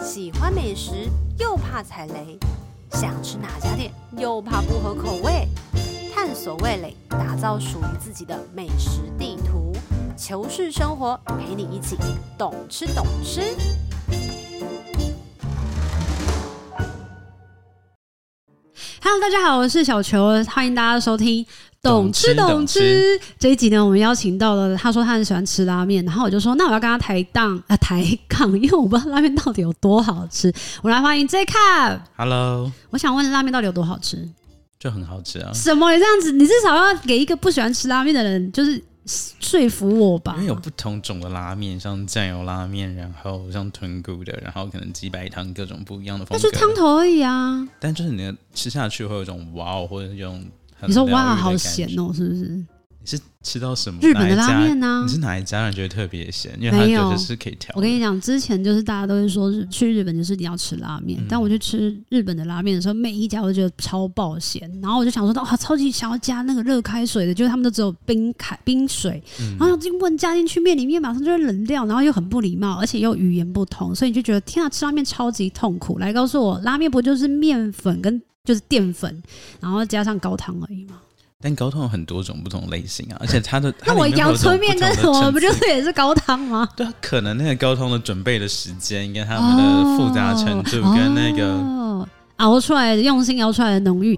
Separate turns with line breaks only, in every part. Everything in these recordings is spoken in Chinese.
喜欢美食又怕踩雷，想吃哪家店又怕不合口味，探索味蕾，打造属于自己的美食地图，求是生活陪你一起懂吃懂吃。
Hello，大家好，我是小球，欢迎大家收听《
懂
懂吃
吃
懂
懂
吃》
吃
这一集呢，我们邀请到了，他说他很喜欢吃拉面，然后我就说那我要跟他抬杠 啊、呃抬杠，因为我不知道拉面到底有多好吃。我来欢迎 J Cup，
Hello，
我想问拉面到底有多好吃？
就很好吃啊，
什么？你这样子，你至少要给一个不喜欢吃拉面的人，就是说服我吧
因为。有不同种的拉面，像酱油拉面，然后像豚骨的，然后可能鸡白汤各种不一样的
那
风
就是汤
格。
头而已啊！
但就是你的吃下去会有一种哇哦，或者有一种很
你说
疗愈的
哇，
感
好
觉
咸！哦，是不是？
你是吃到什么？
日本的拉
哪一家
面啊呢
你是哪一家让你觉得特别咸？因为它
没有
有的是可以调的。
我跟你讲，之前就是大家都会说日去日本就是你要吃拉面，
嗯
但我去吃日本的拉面的时候，每一家我都觉得超爆咸，然后我就想说，哇，超级想要加那个热开水的，就是他们都只有冰开冰水，
嗯
然后想进问加进去面里面马上就会冷掉，然后又很不礼貌，而且又语言不通，所以你就觉得天啊，吃拉面超级痛苦。来告诉我，拉面不就是面粉跟就是淀粉，然后加上高汤而已吗？
但高汤有很多种不同类型啊，而且它的它
那我
里面
阳
会有
春面跟什
种
么
同
不就
的层次
是也是高汤吗？
对啊？可能那个高汤的准备的时间跟他们的复杂程度跟那个
哦熬出来的用心熬出来的浓郁。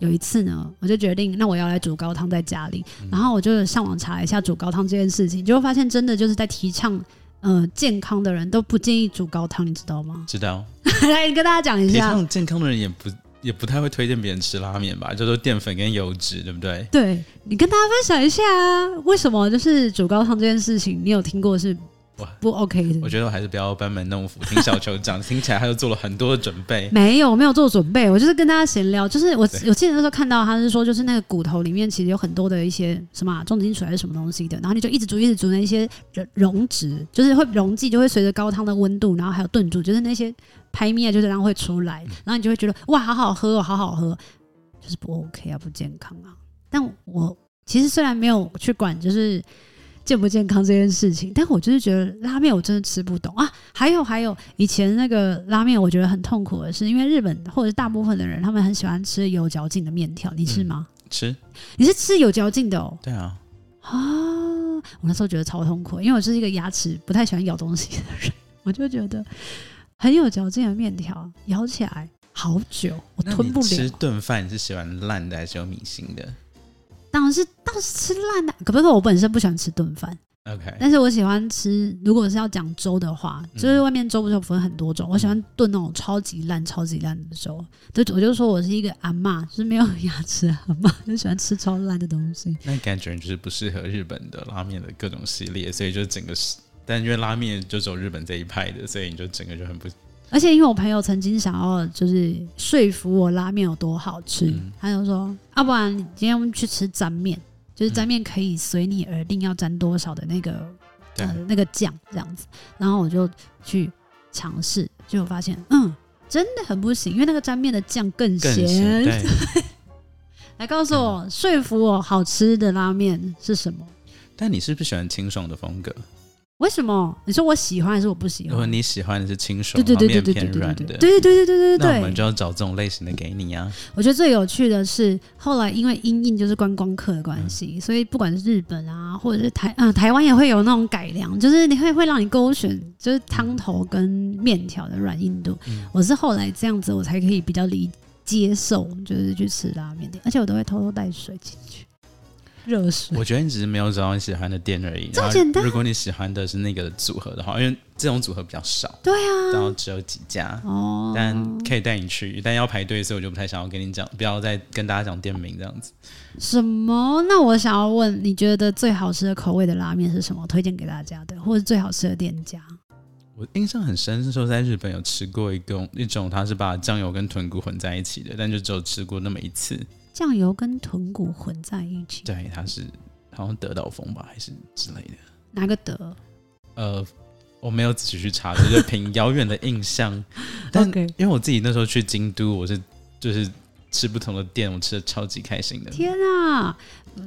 有一次呢，我就决定，那我要来煮高汤在家里，
嗯
然后我就上网查一下煮高汤这件事情，结果发现真的就是在提倡。呃，健康的人都不建议煮高汤，你知道吗？
知道
来跟大家讲一
提
下，
倡健康的人也不也不太会推荐别人吃拉面吧，就说淀粉跟油脂，对不对？
对你跟大家分享一下啊，为什么就是煮高汤这件事情，你有听过是
哇
不 OK 的？
我觉得我还是不要班门弄斧，听小球讲，听起来他就做了很多的准 备。
没有，我没有做准备，我就是跟大家闲聊。就是我
对
我记得那时候看到他是说，就是那个骨头里面其实有很多的一些什么啊、重金属还是什么东西的，然后你就一直煮一直煮那些溶溶质，就是会溶剂就会随着高汤的温度，然后还有炖煮，就是那些拍面就是这样会出来，然后你就会觉得哇，好好喝哦，好好喝，就是不 OK 啊，不健康啊。但我其实虽然没有去管就是健不健康这件事情，但我就是觉得拉面我真的吃不懂啊。还有还有，以前那个拉面我觉得很痛苦的是，因为日本或者是大部分的人他们很喜欢吃有嚼劲的面条，你吃吗？
吃，
你是吃有嚼劲的哦。
对啊，
啊，我那时候觉得超痛苦，因为我是一个牙齿不太喜欢咬东西的人，我就觉得很有嚼劲的面条咬起来好久，我
那
吞
你
不
吃
了。
炖饭你是喜欢烂的还是有米心的
当然是当然是吃烂的，可不是我本身不喜欢吃炖饭，
？OK，
但是我喜欢吃，如果是要讲粥的话，就是外面粥不是有分很多种，我喜欢炖那种超级烂、超级烂的粥。就我就说我是一个阿嬷，就是没有牙齿的阿嬷， 就喜欢吃超烂的东西。
那感觉就是不适合日本的拉面的各种系列，所以就整个是，但因为拉面就只有日本这一派的，所以你就整个就很不
而且因为我朋友曾经想要就是说服我拉面有多好吃，
嗯
他就说，要、不然今天我们去吃沾面，就是沾面可以随你而定要沾多少的那个、
对啊
呃那个酱这样子，然后我就去尝试，结果发现嗯真的很不行，因为那个沾面的酱更
更
咸。
咸。对，嗯
来告诉我，说服我好吃的拉面是什么？
但你是不是喜欢清爽的风格？
为什么？你说我喜欢还是我不喜
如果
欢？
你喜欢的是清爽，
对对对
然
对
后
对对
面偏
对对
软
对对
的，
对对对对
那我们
对。
就要找这种类型的给你啊。
我觉得最有趣的是，后来因为因应就是观光客的关
嗯
系，所以不管是日本啊，或者是台啊、台湾也会有那种改良，就是你会会让你勾选就是汤头跟面条的软硬度。
嗯
我是后来这样子，我才可以比较理接受，就是去吃拉面店，而且我都会偷偷带水进去，热水。
我觉得你只是没有找到你喜欢的店而已。
这么
然后
简单
如果你喜欢的是那个组合的话，因为这种组合比较少，
对
然
啊，
后只有几家，
哦，
但可以带你去，但要排队，所以我就不太想要跟你讲，不要再跟大家讲店名这样子。
什么？那我想要问，你觉得最好吃的口味的拉面是什么？推荐给大家的，或者最好吃的店家？
我印象很深是说，在日本有吃过一种一种，它是把酱油跟豚骨混在一起的，但就只有吃过那么一次。
酱油跟豚骨混在一起，
对，它是好像德岛风吧，还是之类的。
哪个得？
呃，我没有仔细去查， 就是凭遥远的印象。但
OK
因为我自己那时候去京都，我是就是吃不同的店，我吃的超级开心的。
天啊，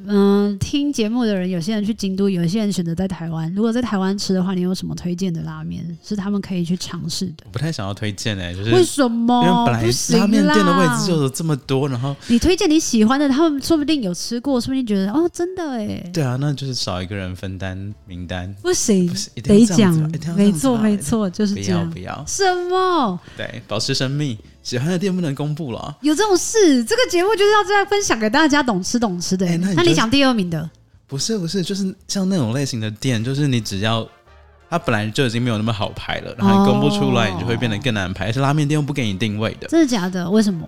嗯、听节目的人，有些人去京都，有些人选择在台湾。如果在台湾吃的话，你有什么推荐的拉面是他们可以去尝试的？
我不太想要推荐哎、就是
为什
因为
么？
本来
不行啦
拉面店的位置就有这么多，然后
你推荐你喜欢的，他们说不定有吃过，说不定觉得哦，真的哎，
对啊，那就是少一个人分担名单，
不行
不，是一定
得
要这样
讲
子吧，啊一定要，这
没
样子
错
吧
没，错，就是
不
这
要
样
不。要，
什么？
对，保持神秘，喜欢的店不能公布了。
有这种事？这个节目就是要这样分享给大家，懂吃懂吃的、
哎那你
那
就
你
是
讲第二名的，
不是不是，就是像那种类型的店，就是你只要它本来就已经没有那么好排了，然后你公布出来，
哦
你就会变得更难排。而且拉面店又不给你定位的，
真的假的？为什么？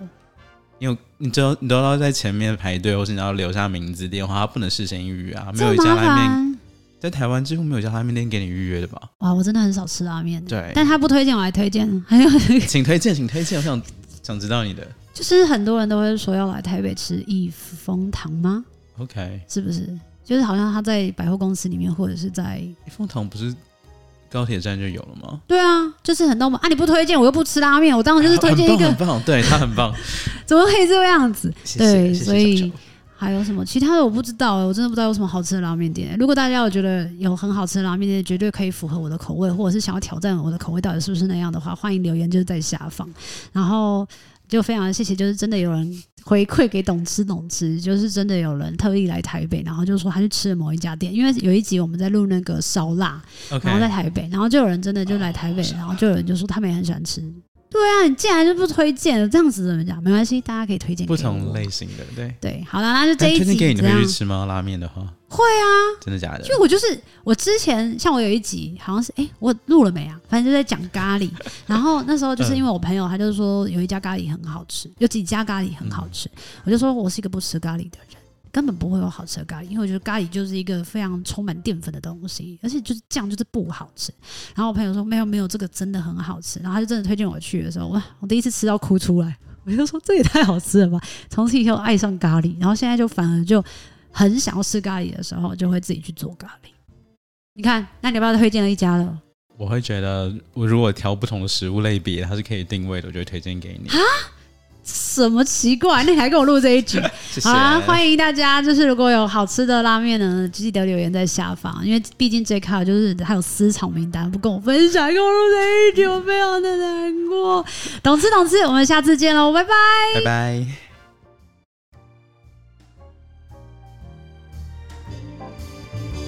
因为你只有你都要在前面排队，或是你要留下名字、电话，它不能事先预约啊。没
这么
有一
麻
家拉面
烦？
在台湾几乎没有一家拉面店给你预约的吧？
哇，我真的很少吃拉面、
对
但他不推荐，我来推荐。还有
请推荐，请推荐，我想想知道你的。
就是很多人都会说要来台北吃益丰堂吗？
OK，
是不是？就是好像他在百货公司里面，或者是在
一风堂不是高铁站就有了吗？
对啊，就是很多嘛啊！你不推荐，我又不吃拉面，我当然哦就是推荐一个，
很棒，很啊棒，对他 很棒，
怎么可以这样子？
谢谢，
对
谢
所
谢
以
小九。
还有什么其他的我不知道、欸，我真的不知道有什么好吃的拉面店欸、如果大家有觉得有很好吃的拉面店，绝对可以符合我的口味，或者是想要挑战我的口味到底是不是那样的话，欢迎留言就是在下方。然后就非常谢谢，就是真的有人回馈给懂吃懂吃，就是真的有人特意来台北，然后就说他去吃了某一家店，因为有一集我们在录那个烧腊，
嗯 OK，
然后在台北，然后就有人真的就来台北，然后就有人就说他们也很喜欢吃。对啊，你竟然就不推荐，这样子怎么讲？没关系，大家可以推荐
不
给我
同类型的，对。
对，好了，那就这
但
一
推
集
荐哎给你，
这
你
样
会去。吃吗？拉面的话，
会啊，
真的假的
因？为我就是我之前像我有一集好像是哎、我录了没啊？反正就在讲咖喱，然后那时候
嗯
就是因为我朋友他就说有一家咖喱很好吃，有几家咖喱很好吃，我就说我是一个不吃咖喱的人。根本不会有好吃的咖喱，因为我觉得咖喱就是一个非常充满淀粉的东西，而且就是酱就是不好吃。然后我朋友说没有没有，这个真的很好吃，然后他就真的推荐我去的时候，哇，我第一次吃到哭出来，我就说这也太好吃了吧！从此以后爱上咖喱，然后现在就反而就很想要吃咖喱的时候，就会自己去做咖喱。你看，那你要不要推荐了一家了？
我会觉得，我如果挑不同的食物类别，它是可以定位的，我就会推荐给你。
什么奇怪？那你还跟我录这一局？
谢谢，
好啦，欢迎大家，就是如果有好吃的拉面呢，记得留言在下方，因为毕竟 J 卡就是他有私藏名单，不跟我分享，跟我录这一局，我非常的难过。懂吃懂吃，我们下次见喽，拜拜。
拜拜。
Thank